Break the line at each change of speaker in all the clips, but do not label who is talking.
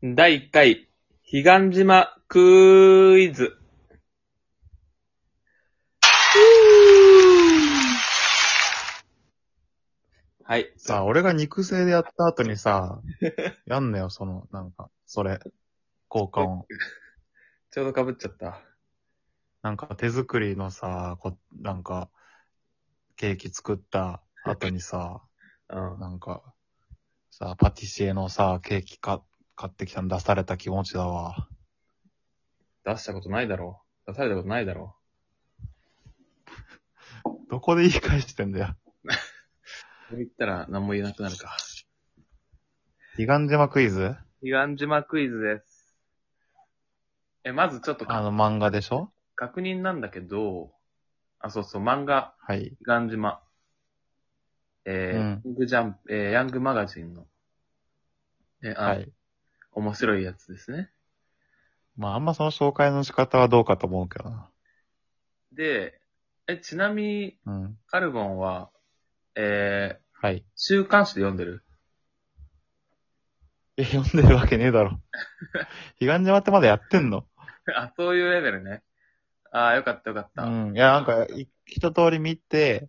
第1回、彼岸島クイズ。はい。
さあ、俺が肉声でやった後にさ、やんなよ、その、なんか、それ、交換を。
ちょうど被っちゃった。
なんか手作りのさ、こなんか、ケーキ作った後にさ、
うん。
なんか、さ、パティシエのさ、ケーキか買ってきたの出された気持ちだわ。
出したことないだろう。出されたことないだろ
どこで言い返してんだよ。
う。これ言ったら何も言えなくなるか。
彼岸島クイズ
彼岸島クイズです。え、まずちょっと
あ
か
の漫画でしょ
確認なんだけど、あ、そうそう、漫画。
はい。
ガンジマ。えー
うん
ヤングジャンプ、えーヤングマガジンの、えーあ
はい。
面白いやつですね。
まあ、あんまその紹介の仕方はどうかと思うけどな。
で、え、ちなみに、
うん。
カルボンは、えー
はい。
週刊誌で読んでる
え、読んでるわけねえだろ。彼岸島ってまだやってんの
あ、そういうレベルね。ああ、よかったよかった。うん。
うん。いや、なんか、い一通り見て、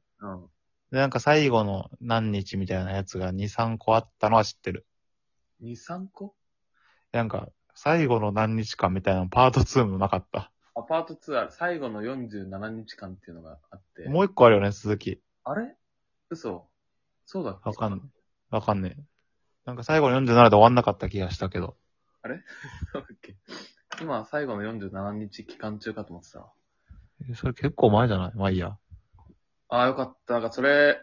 で、なんか最後の何日みたいなやつが2、3個あったのは知ってる。
2、3個
なんか、最後の何日間みたいなのパート2もなかった。
アパートツアー、最後の47日間っていうのがあって。
もう一個あるよね、続き。
あれ嘘そうだっけ
わかんない。わかんねえ。なんか最後の47で終わんなかった気がしたけど。
そうだっけ今、最後の47日期間中かと思ってたわ。
えそれ結構前じゃないまあいいや。
ああ、よかった。なんか、それ、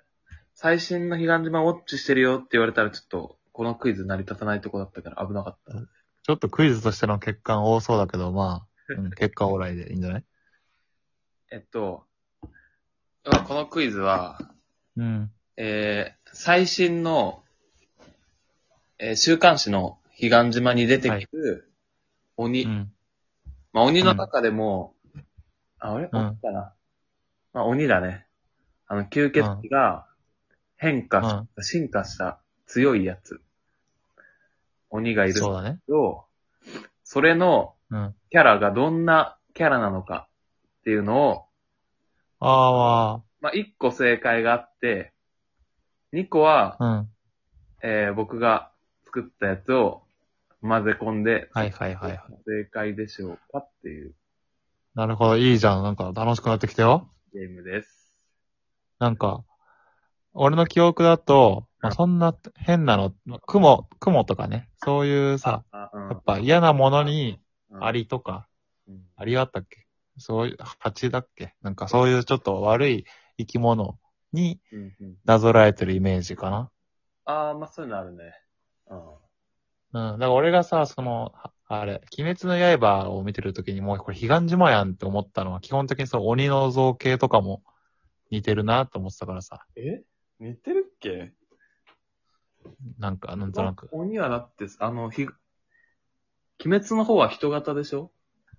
最新の彼岸島ウォッチしてるよって言われたら、ちょっと、このクイズ成り立たないとこだったから危なかった。
ちょっとクイズとしての欠陥多そうだけど、まあ、うん、結果オーライでいいんじゃない
えっと、要はこのクイズは、
うん。
えー、最新の、えー、週刊誌の彼岸島に出てくる鬼。
うん。
まあ、鬼の中でも、あ、俺、
うん
鬼かな。まあ、鬼だね。あの、吸血鬼が変化した、進化した強いやつ。鬼がいる。
そうだね。
ど、それの
うん。
キャラがどんなキャラなのかっていうのを、
あ
まあ、1個正解があって、2個は、
あ、うん。
えー僕が作ったやつを混ぜ込んで、
はいはいはいはい。
正解でしょうかっていう
なるほど、いいじゃん。なんか楽しくなってきたよ。
ゲームです。
なんか、俺の記憶だと、まあ、そんな変なの、まあ雲、雲とかね、そういうさ、
あ、
やっぱ嫌なものに、
うん、
アリとか、
うん、
アリはあったっけそういう、蜂だっけなんかそういうちょっと悪い生き物に
うんうん。
なぞらえてるイメージかな。
ああ、まあ、そういうのあるね。うん。
うん。だから俺がさ、その、はあれ、鬼滅の刃を見てるときにもうこれ彼岸島やんって思ったのは、基本的にその鬼の造形とかも似てるなと思ってたからさ、
え似てるっけ
なんか、なんとなく。
鬼はだって、あの、ひ、鬼滅の方は人型でしょ
い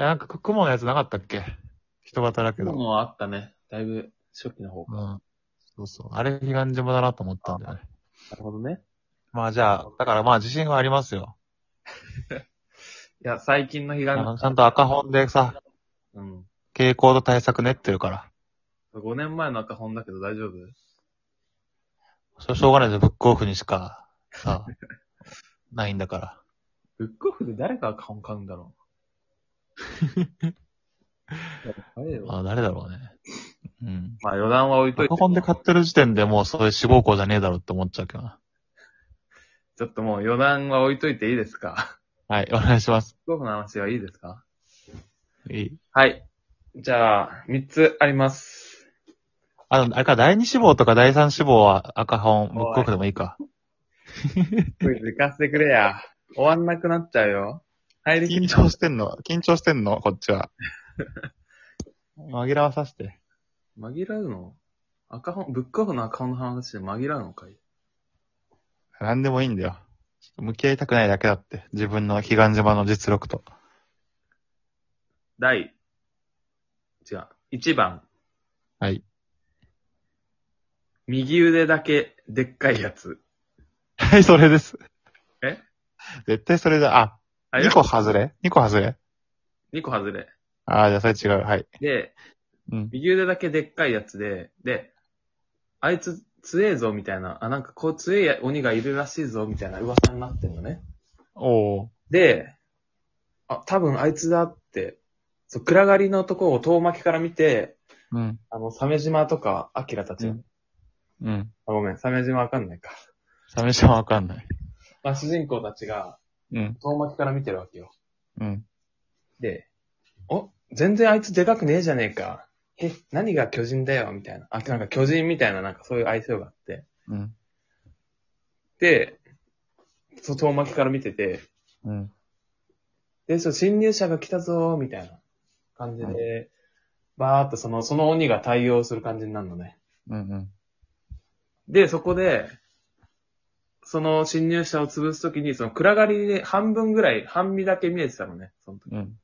や、なんか雲のやつなかったっけ人型だけど。
ものはあったね。だいぶ初期の方か。
うん。そうそう。あれ、彼岸島だなと思ったんだよね。
なるほどね。
まあじゃあ、だからまあ自信はありますよ。
いや、最近の彼
あ
岸
のちゃんと赤本でさ、
うん。
傾向と対策練ってるから。
5年前の赤本だけど大丈夫
それしょうがないですよ。ブックオフにしか、さ、 ないんだから。
ブックオフで誰が赤本買うんだろ う。あれよ
まあ誰だろうね。うん。
まあ余談は置いといて。
赤本で買ってる時点でもうそういう志望校じゃねえだろって思っちゃうけどな。
ちょっともう余談は置いといていいですか
はい、お願いします。
ブックオフの話はいいですか
いい。
はい。じゃあ、3つあります。
あの、あれか、第二志望とか第三志望は赤本、ブックオフでもいいか。
クイズ行かせてくれや。終わんなくなっちゃうよ。入りき
緊張してんの緊張してんのこっちは。紛らわさせて。
紛らうの赤本、ブックオフの赤本の話で紛らうのかい
なんでもいいんだよ。ちょっと向き合いたくないだけだって。自分の彼岸島の実力 と。
第、違う、1番、
はい。
右腕だけでっかいやつ。
はい、それです。
え
絶対それだ。あ、
あ
2個外れ ?2 個外れ
2個外れ。
ああ、じゃあそれ違う。はい。
で、
うん。
右腕だけでっかいやつで、で、あいつ強えぞみたいな、あ、なんかこう強え鬼がいるらしいぞみたいな噂になってんのね。
おー。
で、あ、多分あいつだって、そう、暗がりのとこを遠巻きから見て、
うん。
あの、鮫島とか、アキラたち、
うんうん。
あ、ごめん、鮫島わかんないか。
サメシはわかんない。
まあ、主人公たちが
うん。
遠巻きから見てるわけよ。
うん。
で、お、全然あいつでかくねえじゃねえか。え、何が巨人だよ、みたいな。あ、なんか巨人みたいな、なんかそういう相性があって。
うん。
で、そう遠巻きから見てて、
うん。
で、そう、侵入者が来たぞ、みたいな感じで、バーっとその、その鬼が対応する感じになるのね。
うん。
で、そこで、その侵入者を潰すときに、その暗がりで半分ぐらい、半身だけ見えてたのね、その時。
うん。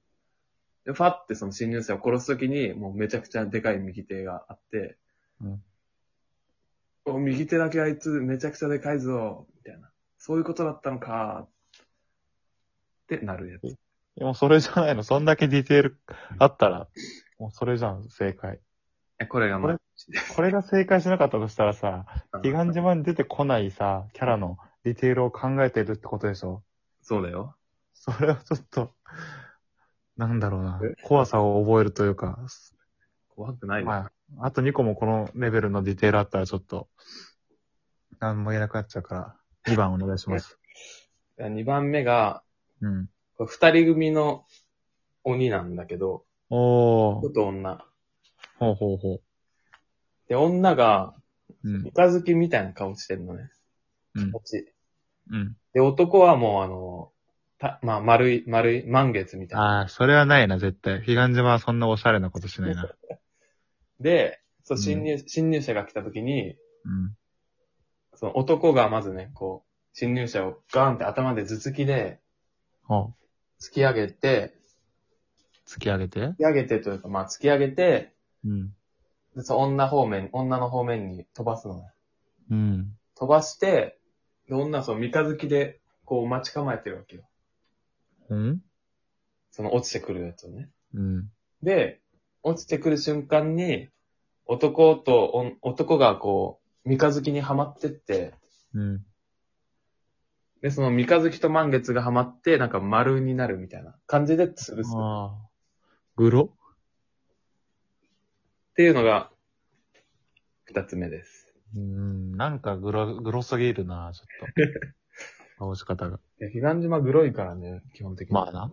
で、ファってその侵入者を殺すときに、もうめちゃくちゃでかい右手があって、
うん
お右手だけあいつめちゃくちゃでかいぞ、みたいな。そういうことだったのか、ってなるやつ。
でもそれじゃないの。そんだけディテールあったら、もうそれじゃん、正解。
え、これがまあ、
これが正解しなかったとしたらさ、彼岸
じ
島に出てこないさ、キャラのディテールを考えてるってことでしょ
そうだよ。
それはちょっと、なんだろうな
え。
怖さを覚えるというか、
怖くないよ。
まあ、あと2個もこのレベルのディテールあったらちょっと、なんも言えなくなっちゃうから、2番お願いします。
2番目が、
うん。
これ二人組の鬼なんだけど、
おー
男、と女。
ほうほうほ
で、女が、
う。うん
三。日月みたいな顔してるのね。
うん
こっち
うん。
で、男はもうあの、た、まあ、丸い、丸い、満月みたいな。
ああ、それはないな、絶対。彼岸島はそんなおしゃれなことしないな。
で、そう、
うん
侵入、侵入者が来た時に、
うん。
その男がまずね、こう、侵入者をガーンって頭で頭突きで
ほう。
突き上げて、
突き上げて
突。き上げてというか、まあ、突き上げて、
うん。
で、そう、女方面、女の方面に飛ばすのね。
うん。
飛ばして、で、女はそう、三日月で、こう、待ち構えてるわけよ。
うん
その落ちてくるやつをね。
うん。
で、落ちてくる瞬間に、男とおん、男がこう、三日月にはまってって、
うん。
で、その三日月と満月がはまって、なんか丸になるみたいな感じで潰す。っ
ああ。グロ
ていうのが、二つ目です。
うん。なんかグロ、グロすぎるな、ちょっと。倒し方が。
いや、彼岸島グロいからね、基本的に。
まあな。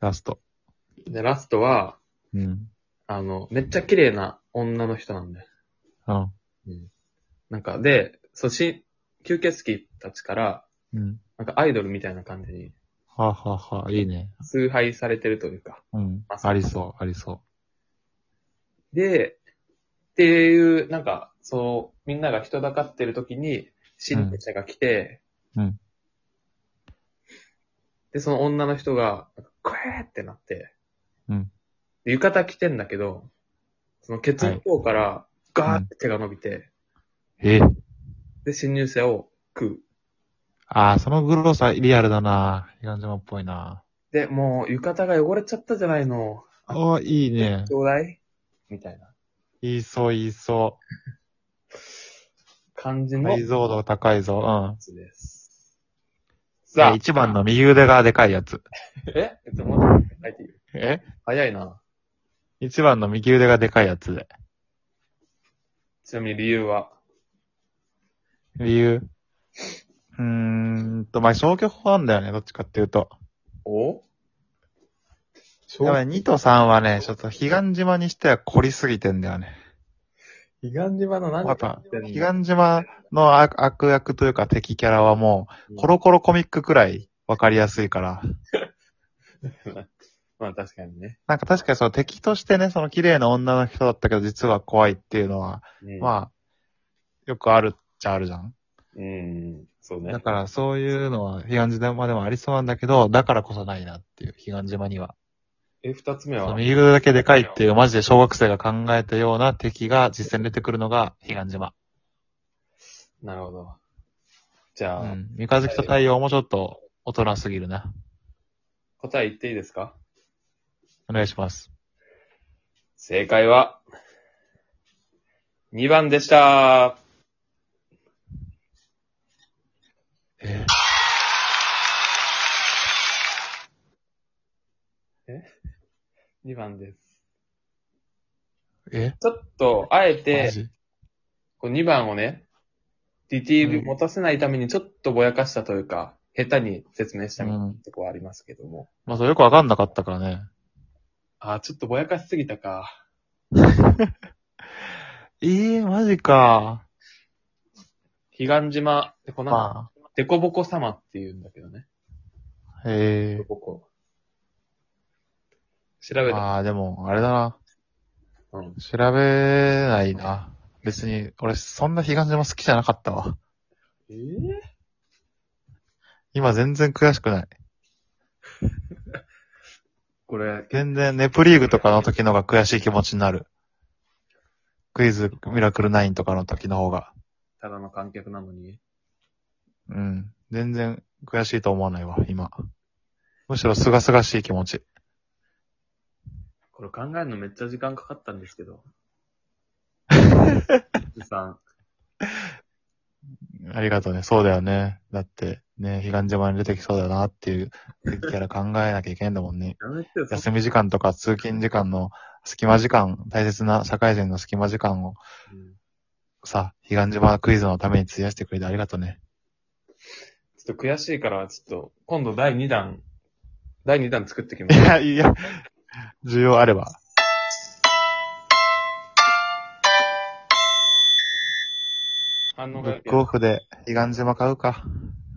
ラスト。
で、ラストは、
うん。
あの、めっちゃ綺麗な女の人なんだよ。
うん。
なんか、で、そうし、吸血鬼たちから、
うん。
なんかアイドルみたいな感じに、
はあ、はあはあ、いいね。
崇拝されてるというか。
うん。
あそう
ありそう、ありそ
で、っていう、なんか、そう、みんなが人だかってる時に、侵入者が来て、
うんうん
で、その女の人が、クエーってなって、
うん
で浴衣着てんだけど、そのケツの方からガーって手が伸びて、
う。え
で、侵入者を食う。
ああ、そのグロさ、リアルだな。彼岸島っぽいな。
で、もう浴衣が汚れちゃったじゃないの。
ああ、いいね。
ちょうだいみたいな
言いそう、言いそ
感じ
う。
のや
解像度高いぞ。うん。
つです。
さあ、一番。の右腕がでかいやつ。
ええっと、待って書いていい
え
早いな。
一番の右腕がでかいやつで。
ちなみに理由は。
理由うーんと、まあ、消去法なんだよね、どっちかっていうと。
お
だから2と3はね、ちょっと彼岸島にしては凝りすぎてんだよね。
彼岸島の何
やっぱ、
てんの
彼岸島の悪悪役というか敵キャラはもう、コロコロコミックくらいわかりやすいから。
まあ確かにね。
なんか確かにその敵としてね、その綺麗な女の人だったけど実は怖いっていうのは、
うん、あ。
まあ、よくあるっちゃあるじゃん。
うん、そうね
だ。からそういうのは彼岸島でもありそうなんだけど、だからこそないなっていう、彼岸島には。
え、二つ目
その
は
右腕だけでかいっていう、マジで小学生が考えたような敵が実際に出てくるのが彼岸島。
なるほど。じゃ
う
あ、
ん。三日月と太陽もちょっと大人すぎるな。
答え言っていいですか
お願いします。
正解は、2番でした。
え
2番です。
え
ちょっと、あえ
マ
て、
ジ
こう2番をね、ディティール持たせないためにちょっとぼやかしたというか、下手に説明したみたいなとこはありますけども。
まあ、それよくわかんなかったからね。
ああ、ちょっとぼやかしすぎたか。
ええマジか。
彼岸島、でこの、
ま
デコボコ様って言うんだけどね。
あ、え
デコボコ。調
え
べた。
ああ、でも、あれだな。
うん。
調べないな。別に、俺、そんな彼岸島好きじゃなかったわ。
え
今全然悔しくない。
これ、
全然、ネプリーグとかの時のが悔しい気持ちになる。クイズ、ミラクル9とかの時の方が。
ただの観客なのに。
うん。全然悔しいと思わないわ、今。むしろ清々しい気持ち。
これ考えるのめっちゃ時間かかったんですけど。さん。
ありがとうね。そうだよね。だって、ね、彼岸島に出てきそうだなっていう、キャラ考えなきゃいけないんだもんね。
やめてよ、
休み時間とか通勤時間の隙間時間、大切な社会人の隙間時間を
うん
さ、彼岸島クイズのために費やしてくれてありがとうね。
ちょっと悔しいから、ちょっと、今度第2弾、第2弾作ってきま
い
す。
や、いや、需要あれば。
反
ブ
応が
ックオフで彼岸島買うか。